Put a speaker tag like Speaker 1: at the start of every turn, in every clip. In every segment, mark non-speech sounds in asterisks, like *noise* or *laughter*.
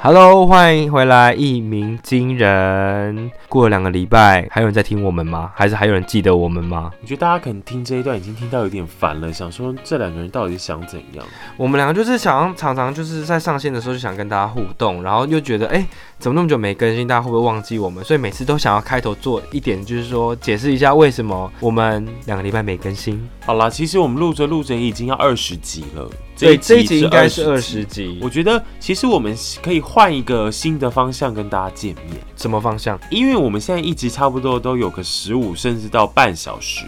Speaker 1: Hello，欢迎回来，一鸣惊人。过了两个礼拜，还有人在听我们吗？还是还有人记得我们吗？
Speaker 2: 我觉得大家可能听这一段已经听到有点烦了，想说这两个人到底想怎样？
Speaker 1: 我们两个就是想要常常就是在上线的时候就想跟大家互动，然后又觉得哎、诶怎么那么久没更新，大家会不会忘记我们？所以每次都想要开头做一点，就是说解释一下为什么我们两个礼拜没更新。
Speaker 2: 好啦，其实我们录着录着已经要二十集了，
Speaker 1: 对，
Speaker 2: 这
Speaker 1: 这一集应该是二
Speaker 2: 20
Speaker 1: 十。集
Speaker 2: 我，觉得其实我们可以换一个新的方向跟大家见面，
Speaker 1: 什么方向？
Speaker 2: 因为我们现在一集差不多都有个十五甚至到半小时，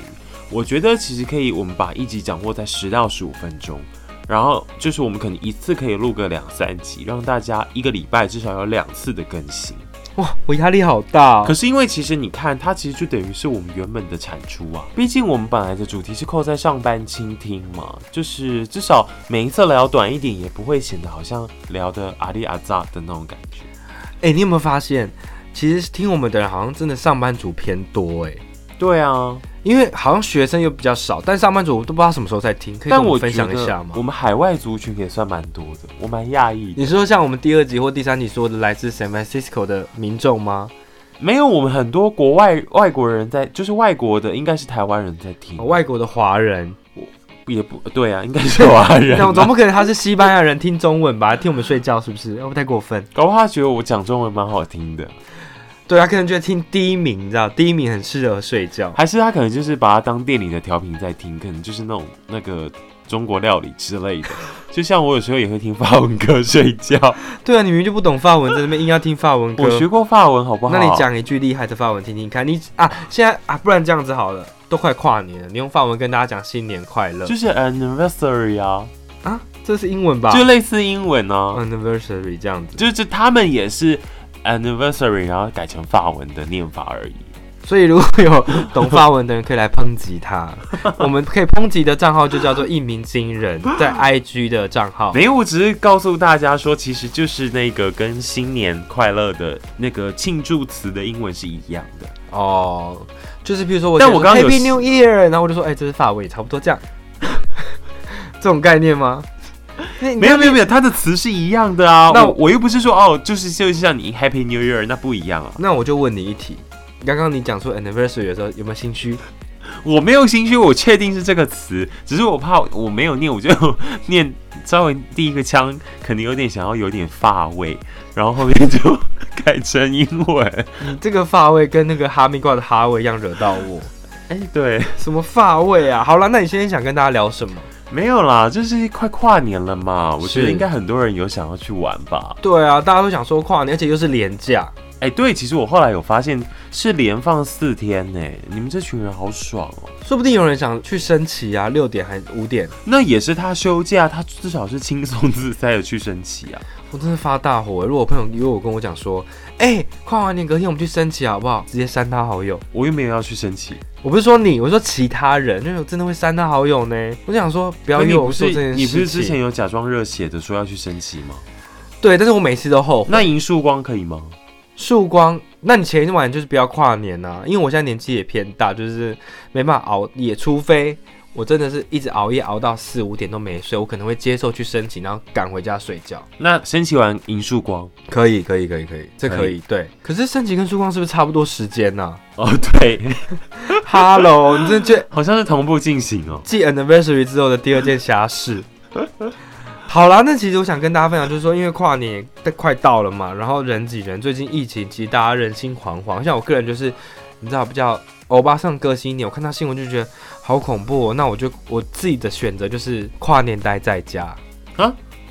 Speaker 2: 我觉得其实可以，我们把一集掌握在十到十五分钟。然后就是我们可能一次可以录个两三集，让大家一个礼拜至少有两次的更新。
Speaker 1: 哇，我压力好大、
Speaker 2: 可
Speaker 1: 哦。
Speaker 2: 是因为其实你看，它其实就等于是我们原本的产出啊。毕竟我们本来的主题是扣在上班倾听嘛，就是至少每一次聊短一点，也不会显得好像聊的阿里阿扎的那种感觉。
Speaker 1: 哎、你有没有发现，其实听我们的人好像真的上班族偏多哎、
Speaker 2: 对啊，
Speaker 1: 因为好像学生又比较少，但上班族我都不知道什么时候在听，可以跟
Speaker 2: 但
Speaker 1: 我
Speaker 2: 我
Speaker 1: 们分
Speaker 2: 觉
Speaker 1: 享一下
Speaker 2: 得
Speaker 1: 吗
Speaker 2: 我？们海外族群也算蛮多的，我蛮讶异的。
Speaker 1: 你说像我们第二集或第三集说的来自 San Francisco 的民众吗？
Speaker 2: 没有，我们很多国外外国人在，就是外国的，应该是台湾人在听，
Speaker 1: *laughs* 哦外国的华人，
Speaker 2: 也不对啊，应该是华人
Speaker 1: *laughs* 那
Speaker 2: 啊。
Speaker 1: 我总不可能他是西班牙人听中文吧？听我们睡觉是不是？要不太过分？
Speaker 2: 搞不好他觉得我讲中文蛮好听的。
Speaker 1: 对啊他可能觉得听第一名，你知道，第一名很适合睡觉。
Speaker 2: 还是他可能就是把它当店里的调频在听，可能就是那种那个中国料理之类的。就像我有时候也会听法文歌睡觉，
Speaker 1: *laughs* 对啊，你明明就不懂法文，在那边硬要听法文歌
Speaker 2: *laughs* 我。学过法文，好不好？
Speaker 1: 那你讲一句厉害的法文听听看。你啊，现在啊，不然这样子好了，都快跨年了，你用法文跟大家讲新年快乐
Speaker 2: 就是 anniversary 啊，
Speaker 1: 啊，这是英文吧
Speaker 2: 就类似英文啊，
Speaker 1: ？Anniversary 这样子，
Speaker 2: 就是他们也是 anniversary，然后改成法文的念法而已。
Speaker 1: 所以如果有懂法文的人可以来抨击他， *laughs* 我们可以抨击的账号就叫做一鸣惊 *laughs* 人，在 IG 的账号。
Speaker 2: 没有，我只是告诉大家说，其实就是那个跟新年快乐的那个庆祝词的英文是一样的。
Speaker 1: 哦，就是比如说我，
Speaker 2: 但我刚刚有
Speaker 1: Happy New Year，然后我就说，哎、这是法文，差不多这样， *laughs* 这种概念 *laughs* 吗？没
Speaker 2: 没有没有没有，它的词是一样的啊。
Speaker 1: 那
Speaker 2: 那我我又不是说哦，就是就是像你 Happy New Year，那不一样啊。
Speaker 1: 那我就问你一题，刚刚你讲说 anniversary 的时候有没有心虚？
Speaker 2: 我没有心虚，我确定是这个词，只是我怕我没有念，我就念稍微第一个腔可能有点想要有点发味，然后后面就改成英文。
Speaker 1: 你这个发味跟那个哈密瓜的哈味一样惹到我，
Speaker 2: 哎，对，
Speaker 1: *laughs* 什么发味啊？好了，那你今天想跟大家聊什么？
Speaker 2: 没有啦，就是快跨年了嘛，我觉得
Speaker 1: 是
Speaker 2: 应该很多人有想要去玩吧。
Speaker 1: 对啊，大家都想说跨年，而且又是廉价。
Speaker 2: 哎，对，其实我后来有发现是连放四天呢，你们这群人好爽哦。
Speaker 1: 说不定有人想去升旗啊，六点还五点，
Speaker 2: 那也是他休假，他至少是轻松自在的去升旗啊。
Speaker 1: 我真的发大火。欸如果我朋友约我跟我讲说，哎、跨完年隔天我们去升旗好不好？直接删他好友。
Speaker 2: 我又没有要去升旗，
Speaker 1: 我不是说你，我说其他人，就是我真的会删他好友呢。我就想说，不要
Speaker 2: 可你
Speaker 1: 约我
Speaker 2: 不
Speaker 1: 做这
Speaker 2: 是
Speaker 1: 件事情。
Speaker 2: 你不是之前有假装热血的说要去升旗吗？
Speaker 1: 对，但是我每次都后悔。
Speaker 2: 那银曙光可以吗？
Speaker 1: 曙光，那你前一晚就是不要跨年呐、因为我现在年纪也偏大，就是没办法熬夜，除非我真的是一直熬夜熬到四五点都没睡，我可能会接受去升旗，然后赶回家睡觉。
Speaker 2: 那升旗完银曙光
Speaker 1: 可以，可以，可以，可以，这可
Speaker 2: 可
Speaker 1: 以。对，可是升旗跟曙光是不是差不多时间呢、
Speaker 2: 哦，对，
Speaker 1: *laughs*
Speaker 2: *laughs*
Speaker 1: Hello，你真的觉得
Speaker 2: 好像是同步进行哦。
Speaker 1: 继 anniversary 之后的第二件瑕事？ *laughs* 好啦，那其实我想跟大家分享，就是说，因为跨年也快到了嘛，然后人挤人，最近疫情，其实大家人心惶惶。像我个人就是，你知道比较欧巴上个性一点，我看到新闻就觉得好恐怖、哦。那我就我自己的选择就是跨年待在家。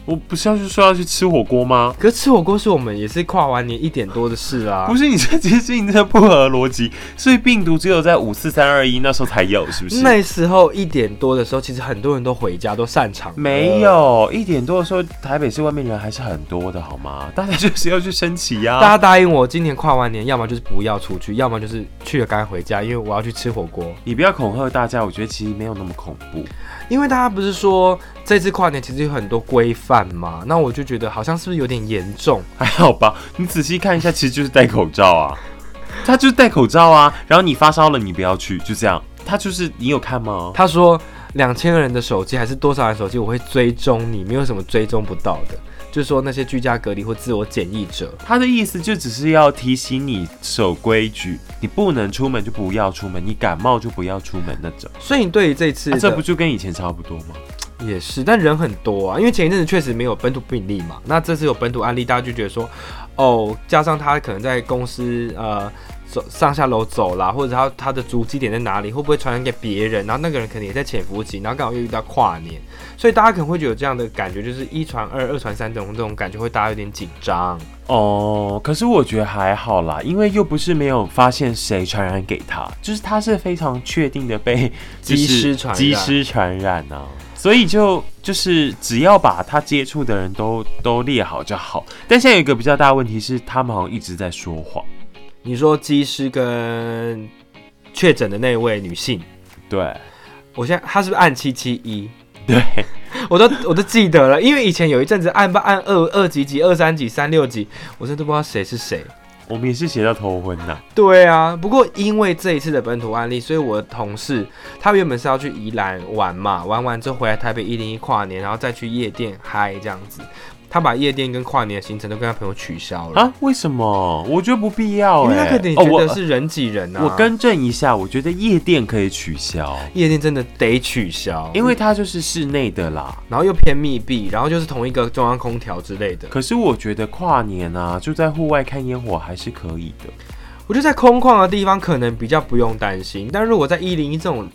Speaker 2: 我不是要去说要去吃火锅吗？
Speaker 1: 可是吃火锅是我们也是跨完年一点多的事啊，
Speaker 2: 不是，你这其实你这不合逻辑，所以病毒只有在五四三二一那时候才有，是不是？
Speaker 1: 那时候一点多的时候，其实很多人都回家，都散场。
Speaker 2: 没，有一点多的时候，台北市外面人还是很多的，好吗？大家就是要去升旗呀、
Speaker 1: 大家答应我，今年跨完年，要么就是不要出去，要么就是去了赶快回家，因为我要去吃火锅。
Speaker 2: 你不要恐吓大家，我觉得其实没有那么恐怖。 *laughs*
Speaker 1: 因为大家不是说这次跨年其实有很多规范嘛，那我就觉得好像是不是有点严重？
Speaker 2: 还好吧，你仔细看一下，其实就是戴口罩啊， *laughs* 他就是戴口罩啊。然后你发烧了，你不要去，就这样。他就是你有看吗？
Speaker 1: 他说两千人的手机还是多少人手机，我会追踪你，没有什么追踪不到的。就是说那些居家隔离或自我检疫者，
Speaker 2: 他的意思就只是要提醒你守规矩，你不能出门就不要出门，你感冒就不要出门那种。
Speaker 1: 所以你对于这次
Speaker 2: 啊
Speaker 1: 的、
Speaker 2: 这不就跟以前差不多吗？
Speaker 1: 也是，但人很多啊，因为前一阵子确实没有本土病例嘛，那这次有本土案例，大家就觉得说，哦，加上他可能在公司呃走上下楼走啦，或者他他的足迹点在哪里，会不会传染给别人，然后那个人可能也在潜伏期，然后刚好又遇到跨年，所以大家可能会觉得有这样的感觉，就是一传二，二传三这种这种感觉，会大家有点紧张。
Speaker 2: 哦，可是我觉得还好啦，因为又不是没有发现谁传染给他，就是他是非常确定的被
Speaker 1: 机师传染
Speaker 2: 机师传染啊，所以就就是只要把他接触的人都都列好就好。但现在有一个比较大的问题是，他们好像一直在说谎。
Speaker 1: 你说机师跟确诊的那位女性，
Speaker 2: 对
Speaker 1: 我现在她是不是按七七一？
Speaker 2: 对，
Speaker 1: 我都我都记得了，因为以前有一阵子按吧按二二级级、二三级、三六级，我真的都不知道谁是谁。
Speaker 2: 我们也是写到头昏呐、
Speaker 1: 对啊，不过因为这一次的本土案例，所以我的同事他原本是要去宜兰玩嘛，玩完之后回来台北一零一跨年，然后再去夜店嗨这样子。他把夜店跟跨年的行程都跟他朋友取消了，
Speaker 2: 啊？为什么？我觉得不必要
Speaker 1: 因为
Speaker 2: 哎、
Speaker 1: 他
Speaker 2: 欸。
Speaker 1: 肯定
Speaker 2: 哦，
Speaker 1: 觉
Speaker 2: 我呃
Speaker 1: 得是人挤人啊。
Speaker 2: 我更正一下，我觉得夜店可以取消，
Speaker 1: 夜店真的得取消，
Speaker 2: 因为它就是室内的啦。
Speaker 1: 然后又偏密闭，然后就是同一个中央空调之类的。
Speaker 2: 可是我觉得跨年啊，就在户外看烟火还是可以的。
Speaker 1: 我觉得在空旷的地方可能比较不用担心，但如果在一零一这种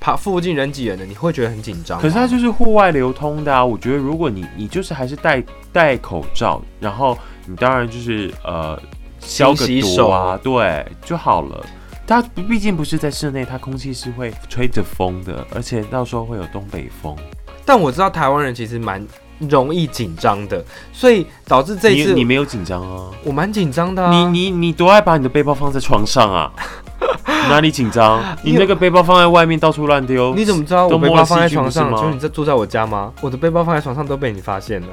Speaker 1: 爬附近人挤人的，你会觉得很紧张吗。
Speaker 2: 可是它就是户外流通的啊，我觉得如果你你就是还是戴戴口罩，然后你当然就是呃消个
Speaker 1: 勤洗
Speaker 2: 毒啊，对就好了。它毕竟不是在室内，它空气是会吹着风的，而且到时候会有东北风。
Speaker 1: 但我知道台湾人其实蛮容易紧张的，所以导致这一次
Speaker 2: 你你没有紧张啊？
Speaker 1: 我蛮紧张的、啊。
Speaker 2: 你你你多爱把你的背包放在床
Speaker 1: *laughs*
Speaker 2: 上啊？哪里紧张？你那个背包放在外面到处乱丢，
Speaker 1: 你怎么知道我
Speaker 2: 都摸
Speaker 1: 背
Speaker 2: 了
Speaker 1: 包放在
Speaker 2: 细菌
Speaker 1: 床
Speaker 2: 不是
Speaker 1: 上？
Speaker 2: 吗
Speaker 1: 就是你在住在我家吗？我的背包放在床上都被你发现
Speaker 2: *laughs*
Speaker 1: 了。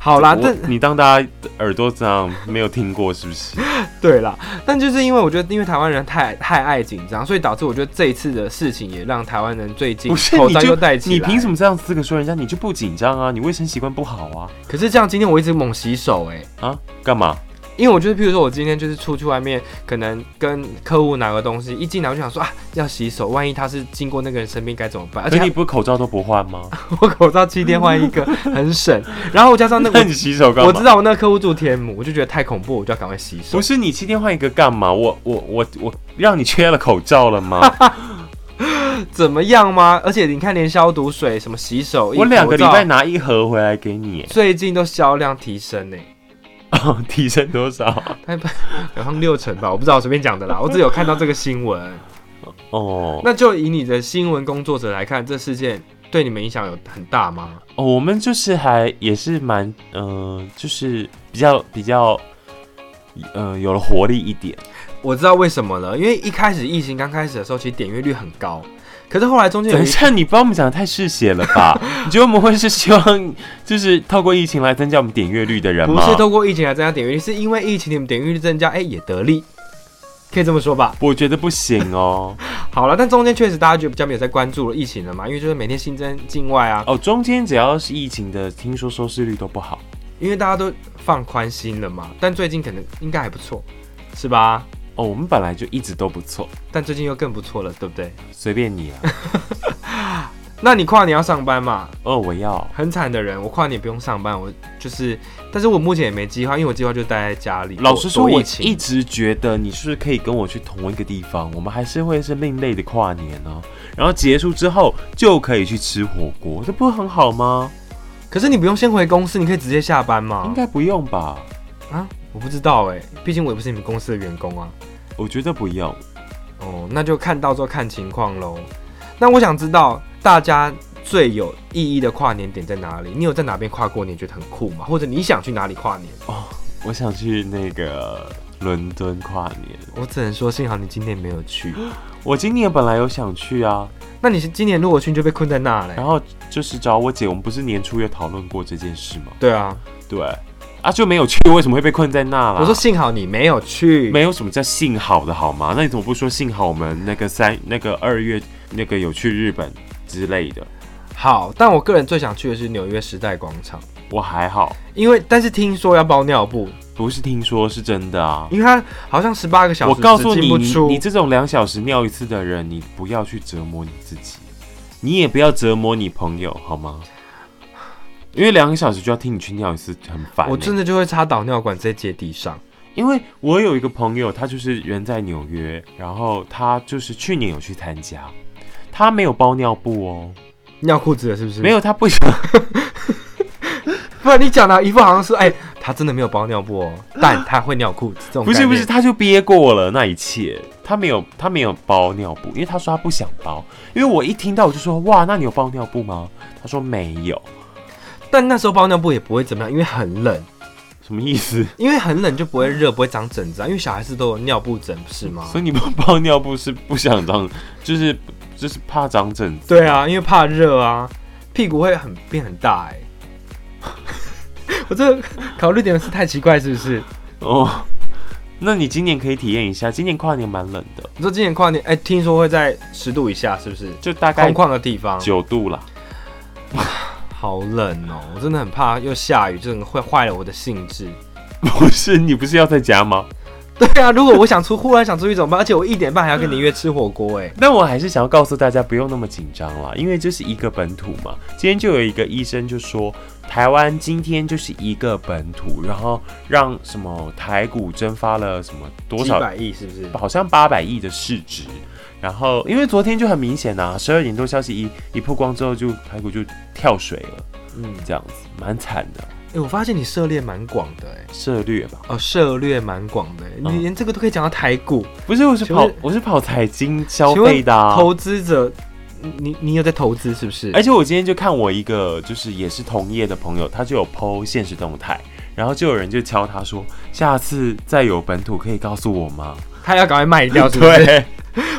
Speaker 1: 好啦，
Speaker 2: 我
Speaker 1: 但
Speaker 2: 你当大家耳朵这样没有听过是不是？
Speaker 1: 对啦，但就是因为我觉得，因为台湾人太太爱紧张，所以导致我觉得这一次的事情也让台湾人最近
Speaker 2: 不是
Speaker 1: 口
Speaker 2: 你
Speaker 1: 罩
Speaker 2: 就
Speaker 1: 又戴 *laughs* 起来。
Speaker 2: 你凭什么这样资格说人家？你就不紧张啊？你卫生习惯不好啊？
Speaker 1: 可是这样，今天我一直猛洗手、欸，
Speaker 2: 啊？干嘛？
Speaker 1: 因为我就是，譬如说我今天就是出去外面，可能跟客户拿个东西，一进来我就想说啊，要洗手，万一他是经过那个人身边该怎么办？而
Speaker 2: 可
Speaker 1: 且
Speaker 2: 你不是口罩都不换
Speaker 1: *laughs*
Speaker 2: 吗？ *laughs*
Speaker 1: 我口罩七天换一个，很省。然后加上那
Speaker 2: 那
Speaker 1: 个 *laughs*
Speaker 2: 你洗手
Speaker 1: 我，
Speaker 2: 干
Speaker 1: 我
Speaker 2: 嘛？
Speaker 1: 知道我那个客户住天母，我就觉得太恐怖，我就要赶快洗手
Speaker 2: 不。是你七天换一个干嘛？我我我我让你缺了口罩
Speaker 1: *laughs*
Speaker 2: 了吗？
Speaker 1: 怎么样吗？而且你看，连消毒水、什么洗手液，
Speaker 2: 我两个礼
Speaker 1: 口罩
Speaker 2: 拜拿一盒回来给你、
Speaker 1: 最近都销量提升呢、欸
Speaker 2: 哦， *laughs* 提升多
Speaker 1: *laughs*
Speaker 2: 少？
Speaker 1: 大概好像六成吧，我不知道，我随便讲的啦，我只有看到这个新闻。
Speaker 2: 哦，
Speaker 1: 那就以你的新闻工作者来看，这事件对你们影响有很大吗？
Speaker 2: 哦，我们就是还也是蛮，嗯、就是比较比较，呃，有了活力一点。
Speaker 1: 我知道为什么了，因为一开始疫情刚开始的时候，其实点阅率很高，可是后来中间有
Speaker 2: 等一
Speaker 1: 一
Speaker 2: 下，你帮我们讲的太嗜血了
Speaker 1: *laughs*
Speaker 2: 吧？你觉得我们会是希望就是透过疫情来增加我们点阅率的人
Speaker 1: 不
Speaker 2: 吗？
Speaker 1: 是透过疫情来增加点阅率，是因为疫情你们点阅率增加，哎、也得利，可以这么说吧。
Speaker 2: 我觉得不行哦。
Speaker 1: 好了，但中间确实大家就比较没有在关注了疫情了嘛，因为就是每天新增境外啊，
Speaker 2: 哦，中间只要是疫情的，听说收视率都不好。
Speaker 1: 因为大家都放宽心了嘛。但最近可能应该还不错，是吧？
Speaker 2: 哦，我们本来就一直都不错，
Speaker 1: 但最近又更不错了，对不对？
Speaker 2: 随便你
Speaker 1: *laughs*
Speaker 2: 啊。
Speaker 1: 那你跨年要上班嘛？
Speaker 2: 哦，我要。
Speaker 1: 很惨的人，我跨年不用上班，我就是，但是我目前也没计划，因为我计划就待在家里。
Speaker 2: 老实说，
Speaker 1: 躲
Speaker 2: 我
Speaker 1: 疫情
Speaker 2: 一直觉得你是不是可以跟我去同一个地方，我们还是会是另类的跨年呢、然后结束之后就可以去吃火锅，这不是很好吗？
Speaker 1: 可是你不用先回公司，你可以直接下班 *laughs*
Speaker 2: 应
Speaker 1: 吗？
Speaker 2: 该不用吧？
Speaker 1: 啊，我不知道哎、毕竟我也不是你们公司的员工啊。
Speaker 2: 我觉得不用。
Speaker 1: 哦，那就看到时候看情况喽。那我想知道大家最有意义的跨年点在哪里？你有在哪边跨过年觉得很酷吗？或者你想去哪里跨年？
Speaker 2: 我想去那个伦敦跨年，
Speaker 1: 我只能说，幸好你今年没有去。
Speaker 2: 我今年本来有想去啊，
Speaker 1: *gasps* 那你是今年如果去，你就被困在那嘞、
Speaker 2: 然后就是找我姐，我们不是年初有讨论过这件事吗？
Speaker 1: 对啊，
Speaker 2: 对，啊就没有去，为什么会被困在那啦？
Speaker 1: 我说幸好你没有去。
Speaker 2: 没有什么叫幸好的好吗？那你怎么不说幸好我们那个三那个二月那个有去日本之类的？
Speaker 1: 好，但我个人最想去的是纽约时代广场，
Speaker 2: 我还好，
Speaker 1: 因为但是听说要包尿布，
Speaker 2: 不是听说是真的啊。
Speaker 1: 因为它好像十八个小时
Speaker 2: 我告诉
Speaker 1: 只
Speaker 2: 你，
Speaker 1: 进不
Speaker 2: 你
Speaker 1: 出
Speaker 2: 你这种两小时尿一次的人，你不要去折磨你自己，你也不要折磨你朋友，好吗？因为两个小时就要听你去尿一次，很烦欸、
Speaker 1: 我真的就会插导尿管直接接地上。
Speaker 2: 因为我有一个朋友，他就是人在纽约，然后他就是去年有去参加，他没有包尿布哦，
Speaker 1: 尿裤子了是不是？
Speaker 2: 没，有，他不想，
Speaker 1: 不然你讲的一副好像是，哎、他真的没有包尿布哦，但他会尿裤子这种。
Speaker 2: 啊不是不是，，他就憋过了那一切，他没有他没有包尿布，因为他说他不想包，因为我一听到我就说哇，那你有包尿布吗？他说没有，
Speaker 1: 但那时候包尿布也不会怎么样，因为很冷，
Speaker 2: 什么意思？
Speaker 1: 因为很冷就不会热，不会长疹子啊，因为小孩子都有尿布疹，不是吗？
Speaker 2: 所以你不包尿布是不想长，就是就是怕长疹子。
Speaker 1: 对，啊，因为怕热啊，屁股会很变很大哎、 *laughs* 我这个考虑点是太奇怪，是不是？
Speaker 2: 哦，那你今年可以体验一下，今年跨年蛮冷的，
Speaker 1: 你说今年跨年，哎、听说会在十度以下，是不是？
Speaker 2: 就大概
Speaker 1: 空旷的地方，
Speaker 2: 九度啦。 *laughs*
Speaker 1: 好冷哦、我真的很怕又下雨，这种会坏了我的兴致。
Speaker 2: 不是，你不是要在家吗？
Speaker 1: 对啊，如果我想出，忽然想出去怎么办？而且我一点半还要跟你约吃火锅、哎，
Speaker 2: 但我还是想要告诉大家，不用那么紧张啦，因为这是一个本土嘛。今天就有一个医生就说，台湾今天就是一个本土，然后让什么台股蒸发了什么多
Speaker 1: 几
Speaker 2: 少
Speaker 1: 百亿是不是？
Speaker 2: 好像八百亿的市值。然后，因为昨天就很明显呐、啊，十二点多消息一一曝光之后就，台股就跳水了，
Speaker 1: 嗯，
Speaker 2: 这样子蛮惨的，
Speaker 1: 哎、我发现你涉猎蛮广的、哎，
Speaker 2: 涉略吧？
Speaker 1: 哦，涉猎蛮广的、哎你
Speaker 2: 嗯
Speaker 1: 连这个都可以讲到台股。
Speaker 2: 不是，我是
Speaker 1: 请
Speaker 2: 跑
Speaker 1: 问，
Speaker 2: 我是跑财经消
Speaker 1: 请问
Speaker 2: 费的、啊，
Speaker 1: 投资者，你你你有在投资是不是？
Speaker 2: 而且我今天就看我一个就是也是同业的朋友，他就有 PO 现实动态，然后就有人就敲他说，下次再有本土可以告诉我
Speaker 1: *laughs*
Speaker 2: 吗？
Speaker 1: 他要赶快卖掉，是不是？
Speaker 2: *laughs* 对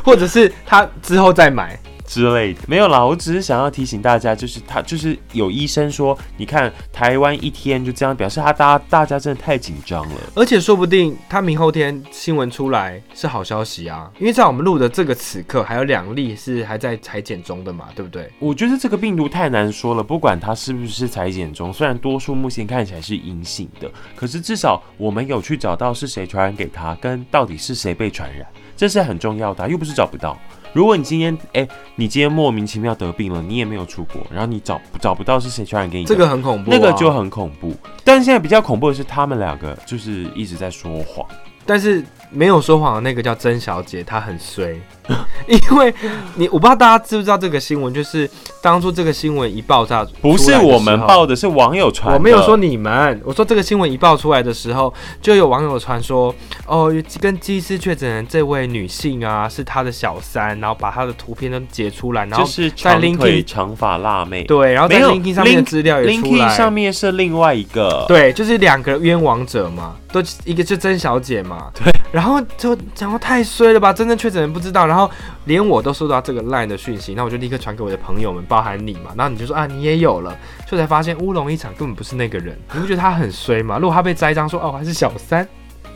Speaker 1: 或者是他之后再买？
Speaker 2: 之类的，没有啦，我只是想要提醒大家，就是他就是有医生说，你看台湾一天就这样，表示他大大家真的太紧张了。
Speaker 1: 而且说不定他明后天新闻出来是好消息啊，因为在我们录的这个此刻，还有两例是还在裁剪中的嘛，对不
Speaker 2: *laughs*
Speaker 1: 对？
Speaker 2: 我觉得这个病毒太难说了，不管它是不是裁剪中，虽然多数目前看起来是阴性的，可是至少我们有去找到是谁传染给他，跟到底是谁被传染，这是很重要的啊、又不是找不到。如果你今天哎、你今天莫名其妙得病了，你也没有出国，然后你找找不到是谁传染给你的
Speaker 1: 这个很恐怖啊、
Speaker 2: 那个就很恐怖。但现在比较恐怖的是，他们两个就是一直在说谎。
Speaker 1: 但是没有说谎的那个叫曾小姐，她很衰， *laughs* 因为你我不知道大家知不知道这个新闻，就是当初这个新闻一爆炸，
Speaker 2: 不是我们报，的，是网友传的。
Speaker 1: 我没有说你们，我说这个新闻一爆出来的时候，就有网友传说，哦，跟机师确诊的这位女性啊是她的小三，然后把她的图片都截出来，然后、
Speaker 2: 就是
Speaker 1: 在
Speaker 2: 长腿
Speaker 1: LinkedIn
Speaker 2: 长发辣妹。
Speaker 1: 对，然后在
Speaker 2: 没有
Speaker 1: LinkedIn 上面的
Speaker 2: Link-
Speaker 1: 资料也出
Speaker 2: LinkedIn
Speaker 1: 来，
Speaker 2: 上面是另外一个，
Speaker 1: 对，就是两个冤枉者嘛，都一个是曾小姐嘛，对，然后就讲说太衰了吧，真正确诊人不知道，然后连我都收到这个 LINE 的讯息，那我就立刻传给我的朋友们，包含你嘛，然后你就说啊你也有了，就才发现乌龙一场根本不是那个人，你不觉得他很衰吗？如果他被栽赃说哦还是小三，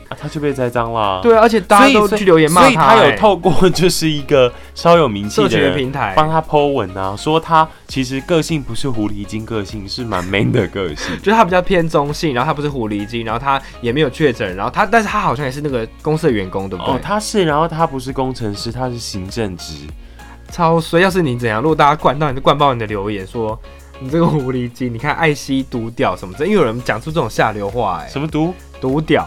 Speaker 2: 啊他就被栽赃啦。，
Speaker 1: 对啊，而且大家都去留言骂
Speaker 2: 所以他有
Speaker 1: 欸
Speaker 2: 透过就是一个稍有名气
Speaker 1: 社
Speaker 2: 的
Speaker 1: 群的
Speaker 2: 人
Speaker 1: 平台，
Speaker 2: 帮他 Po 文啊，说他其实个性不是狐狸精个性，是蛮 man 的个性。
Speaker 1: 就是他比较偏中性，然后他不是狐狸精，然后他也没有确诊，然后他但是他好像也是那个公司的员工，对不对？
Speaker 2: 哦，他是，然后他不是工程师，他是行政职。
Speaker 1: 超衰！要是你怎样，如果大家灌到你，就灌爆你的留言说你这个狐狸精，你看爱惜毒屌什么的，因为有人讲出这种下流话、哎，
Speaker 2: 什么毒？
Speaker 1: 毒屌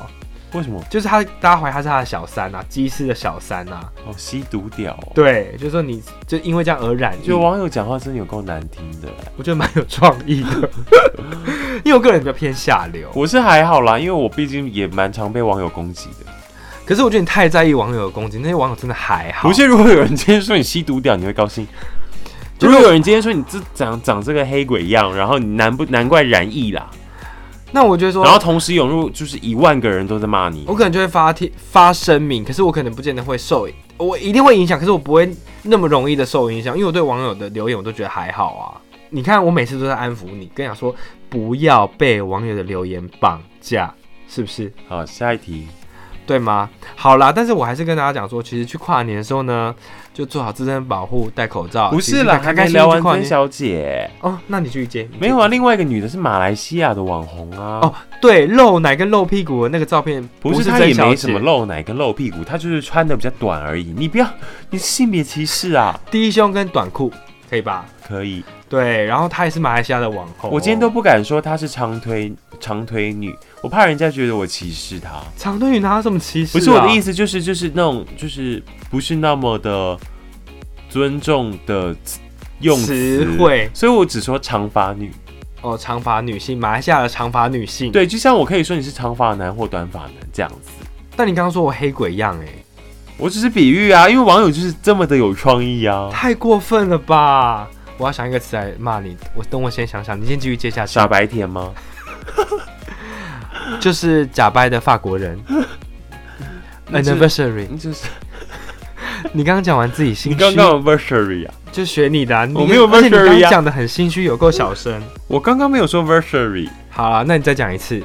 Speaker 2: 为什么？
Speaker 1: 就是他，大家怀疑他是他的小三啊，机师的小三啊，
Speaker 2: 哦，吸毒屌、哦。
Speaker 1: 对，就说你就因为这样而染疫，
Speaker 2: 就
Speaker 1: 我
Speaker 2: 网友讲话真的有够难听的，
Speaker 1: 我觉得蛮有创意
Speaker 2: *laughs*
Speaker 1: 的，因为我个人比较偏下流，
Speaker 2: 我是还好啦，因为我毕竟也蛮常被网友攻击的。
Speaker 1: 可是我觉得你太在意网友的攻击，那些网友真的还好，
Speaker 2: 不是，如果有人今天说你吸毒屌，你会高 *laughs* 兴；
Speaker 1: 就
Speaker 2: 如
Speaker 1: 是
Speaker 2: 果有人今天说你这长长这个黑鬼样，然后你难不难怪染疫啦，
Speaker 1: 那我就说，
Speaker 2: 然后同时涌入就是一万个人都在骂你
Speaker 1: 我，可能就会发帖发声明，可是我可能不见得会受，我一定会影响，可是我不会那么容易的受影响，因为我对网友的留言我都觉得还好啊。你看我每次都在安抚你，跟你讲说不要被网友的留言绑架，是不是？
Speaker 2: 好，下一题，
Speaker 1: 对吗？好啦，但是我还是跟大家讲说，其实去跨年的时候呢，就做好自身保护，戴口罩。
Speaker 2: 不
Speaker 1: 其实
Speaker 2: 是啦，
Speaker 1: 开
Speaker 2: 还
Speaker 1: 开
Speaker 2: 没
Speaker 1: 心
Speaker 2: 聊
Speaker 1: 心去
Speaker 2: 完
Speaker 1: 跨
Speaker 2: 曾
Speaker 1: 年。
Speaker 2: 小姐，
Speaker 1: 哦，那你去接你去
Speaker 2: 没有啊？另外一个女的是马来西亚的网红啊。
Speaker 1: 哦对，露奶跟露屁股的那个照片，
Speaker 2: 不
Speaker 1: 是
Speaker 2: 是，
Speaker 1: 曾
Speaker 2: 她也
Speaker 1: 小姐
Speaker 2: 没什么。露奶跟露屁股，她就是穿的比较短而已。你不要，你性别歧视啊！
Speaker 1: 低胸跟短裤可以吧？
Speaker 2: 可以，
Speaker 1: 对，然后她也是马来西亚的网红。哦
Speaker 2: 我今天都不敢说她是长腿长腿女，我怕人家觉得我歧视她。
Speaker 1: 长腿女哪有这么歧视、啊？
Speaker 2: 不是我的意思，就是就是那种就是不是那么的尊重的用词
Speaker 1: 词汇
Speaker 2: 所以我只说长发女。
Speaker 1: 哦，长发女性，马来西亚的长发女性。，
Speaker 2: 对，就像我可以说你是长发男或短发男这样子，
Speaker 1: 但你刚刚说我黑鬼样、欸，哎，
Speaker 2: 我只是比喻啊，因为网友就是这么的有创意啊。
Speaker 1: 太过分了吧！我要想一个词来骂你，我等我先想想，你先继续接下去。
Speaker 2: 傻白甜吗？
Speaker 1: 就是假掰的法国
Speaker 2: *laughs*
Speaker 1: 人。
Speaker 2: 那就
Speaker 1: Anniversary，
Speaker 2: 就是
Speaker 1: 你刚刚讲完自己
Speaker 2: 你
Speaker 1: 心虚，
Speaker 2: 刚刚有 versary 啊，
Speaker 1: 就学你的、啊，你
Speaker 2: 我没有
Speaker 1: 而且你刚
Speaker 2: anniversary
Speaker 1: 刚
Speaker 2: 啊
Speaker 1: 讲的很心虚，有够小声。
Speaker 2: 我刚刚没有说 versary，
Speaker 1: 好啦，那你再讲一次。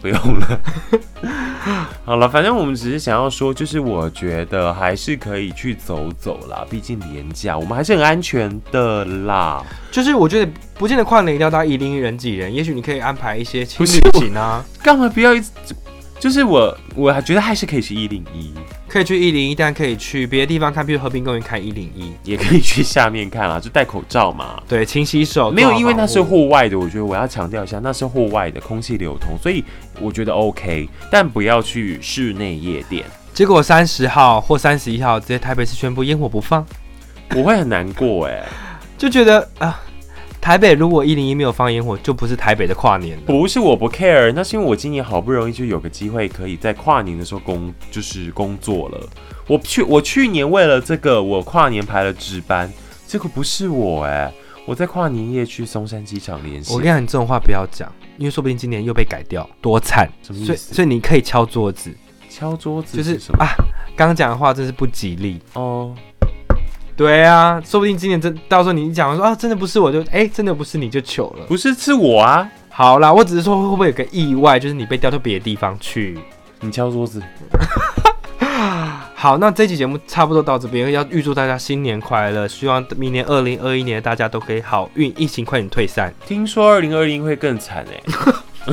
Speaker 2: 不用了。 *laughs* 好了，反正我们只是想要说，就是我觉得还是可以去走走啦，毕竟廉价，我们还是很安全的啦。
Speaker 1: 就是我觉得不见得跨年一定要到一零一人挤人，也许你可以安排一些情
Speaker 2: 不
Speaker 1: 侣
Speaker 2: 是我
Speaker 1: 行啊，
Speaker 2: 干嘛不要一直？就是我，我还觉得还是可以去一零一，
Speaker 1: 可以去一零一，但可以去别的地方看，譬如和平公园看一零一。
Speaker 2: 也可以去下面看啦，就戴口罩嘛。
Speaker 1: 对，勤洗手。
Speaker 2: 没有，因为
Speaker 1: 那
Speaker 2: 那
Speaker 1: 时
Speaker 2: 是
Speaker 1: 候
Speaker 2: 户外的，我觉得我要强调一下，那是户外的空气流通，所以我觉得 OK，但不要去室内夜店，
Speaker 1: 结果三十号或三十一号，直接台北市宣布烟火不放，
Speaker 2: 我会很难过哎、
Speaker 1: 就觉得啊，台北如果一零一没有放烟火，就不是台北的跨年了。
Speaker 2: 不是我不 care，那是因为我今年好不容易就有个机会可以在跨年的时候工就是工作了。我去我去年为了这个我跨年排了值班，结果不是我哎、我在跨年夜去松山机场联系
Speaker 1: 我跟。你讲，你这种话不要讲，因为说不定今年又被改掉，多惨！
Speaker 2: 什么意
Speaker 1: 所以，
Speaker 2: 思
Speaker 1: 所以你可以敲桌子，
Speaker 2: 敲桌子
Speaker 1: 就是
Speaker 2: 什么？
Speaker 1: 啊，刚刚讲的话真是不吉利。
Speaker 2: 哦，
Speaker 1: 对啊，说不定今年真到时候你一讲说啊，真的不是我就哎、真的不是你就糗了。
Speaker 2: 不是是我啊！
Speaker 1: 好啦，我只是说会不会有个意外，就是你被调到别的地方去。
Speaker 2: 你敲桌子，
Speaker 1: 好，那这期节目差不多到这边，要预祝大家新年快乐，希望明年二零二一年大家都可以好运，疫情快点退散。
Speaker 2: 听说二零二零会更惨哎、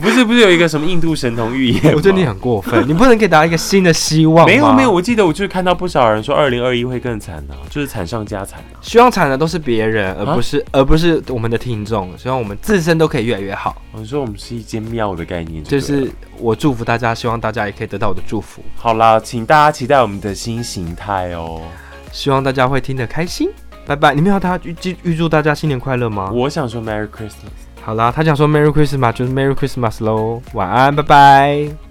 Speaker 2: 不是不是有一个什么印度神童预言吗？
Speaker 1: *laughs* 我觉得你很过分，你不能给大家一个新的希望吗
Speaker 2: 没有没有，，我记得我就是看到不少人说二零二一会更惨呢、就是惨上加惨啊。
Speaker 1: 希望产的都是别人，而
Speaker 2: 啊
Speaker 1: 不是、而不是我们的听众，希望我们自身都可以越来越好。
Speaker 2: 我哦说我们是一间庙的概念对
Speaker 1: 就
Speaker 2: 了，
Speaker 1: 是我祝福大家，希望大家也可以得到我的祝福，
Speaker 2: 好啦，请大家期待我们的新形态哦。
Speaker 1: 希望大家会听得开心。拜拜！你们要他预预预祝大家新年快乐吗？
Speaker 2: 我想说 Merry Christmas。
Speaker 1: 好啦，他想说 Merry Christmas 就是 Merry Christmas 喽，晚安，拜拜。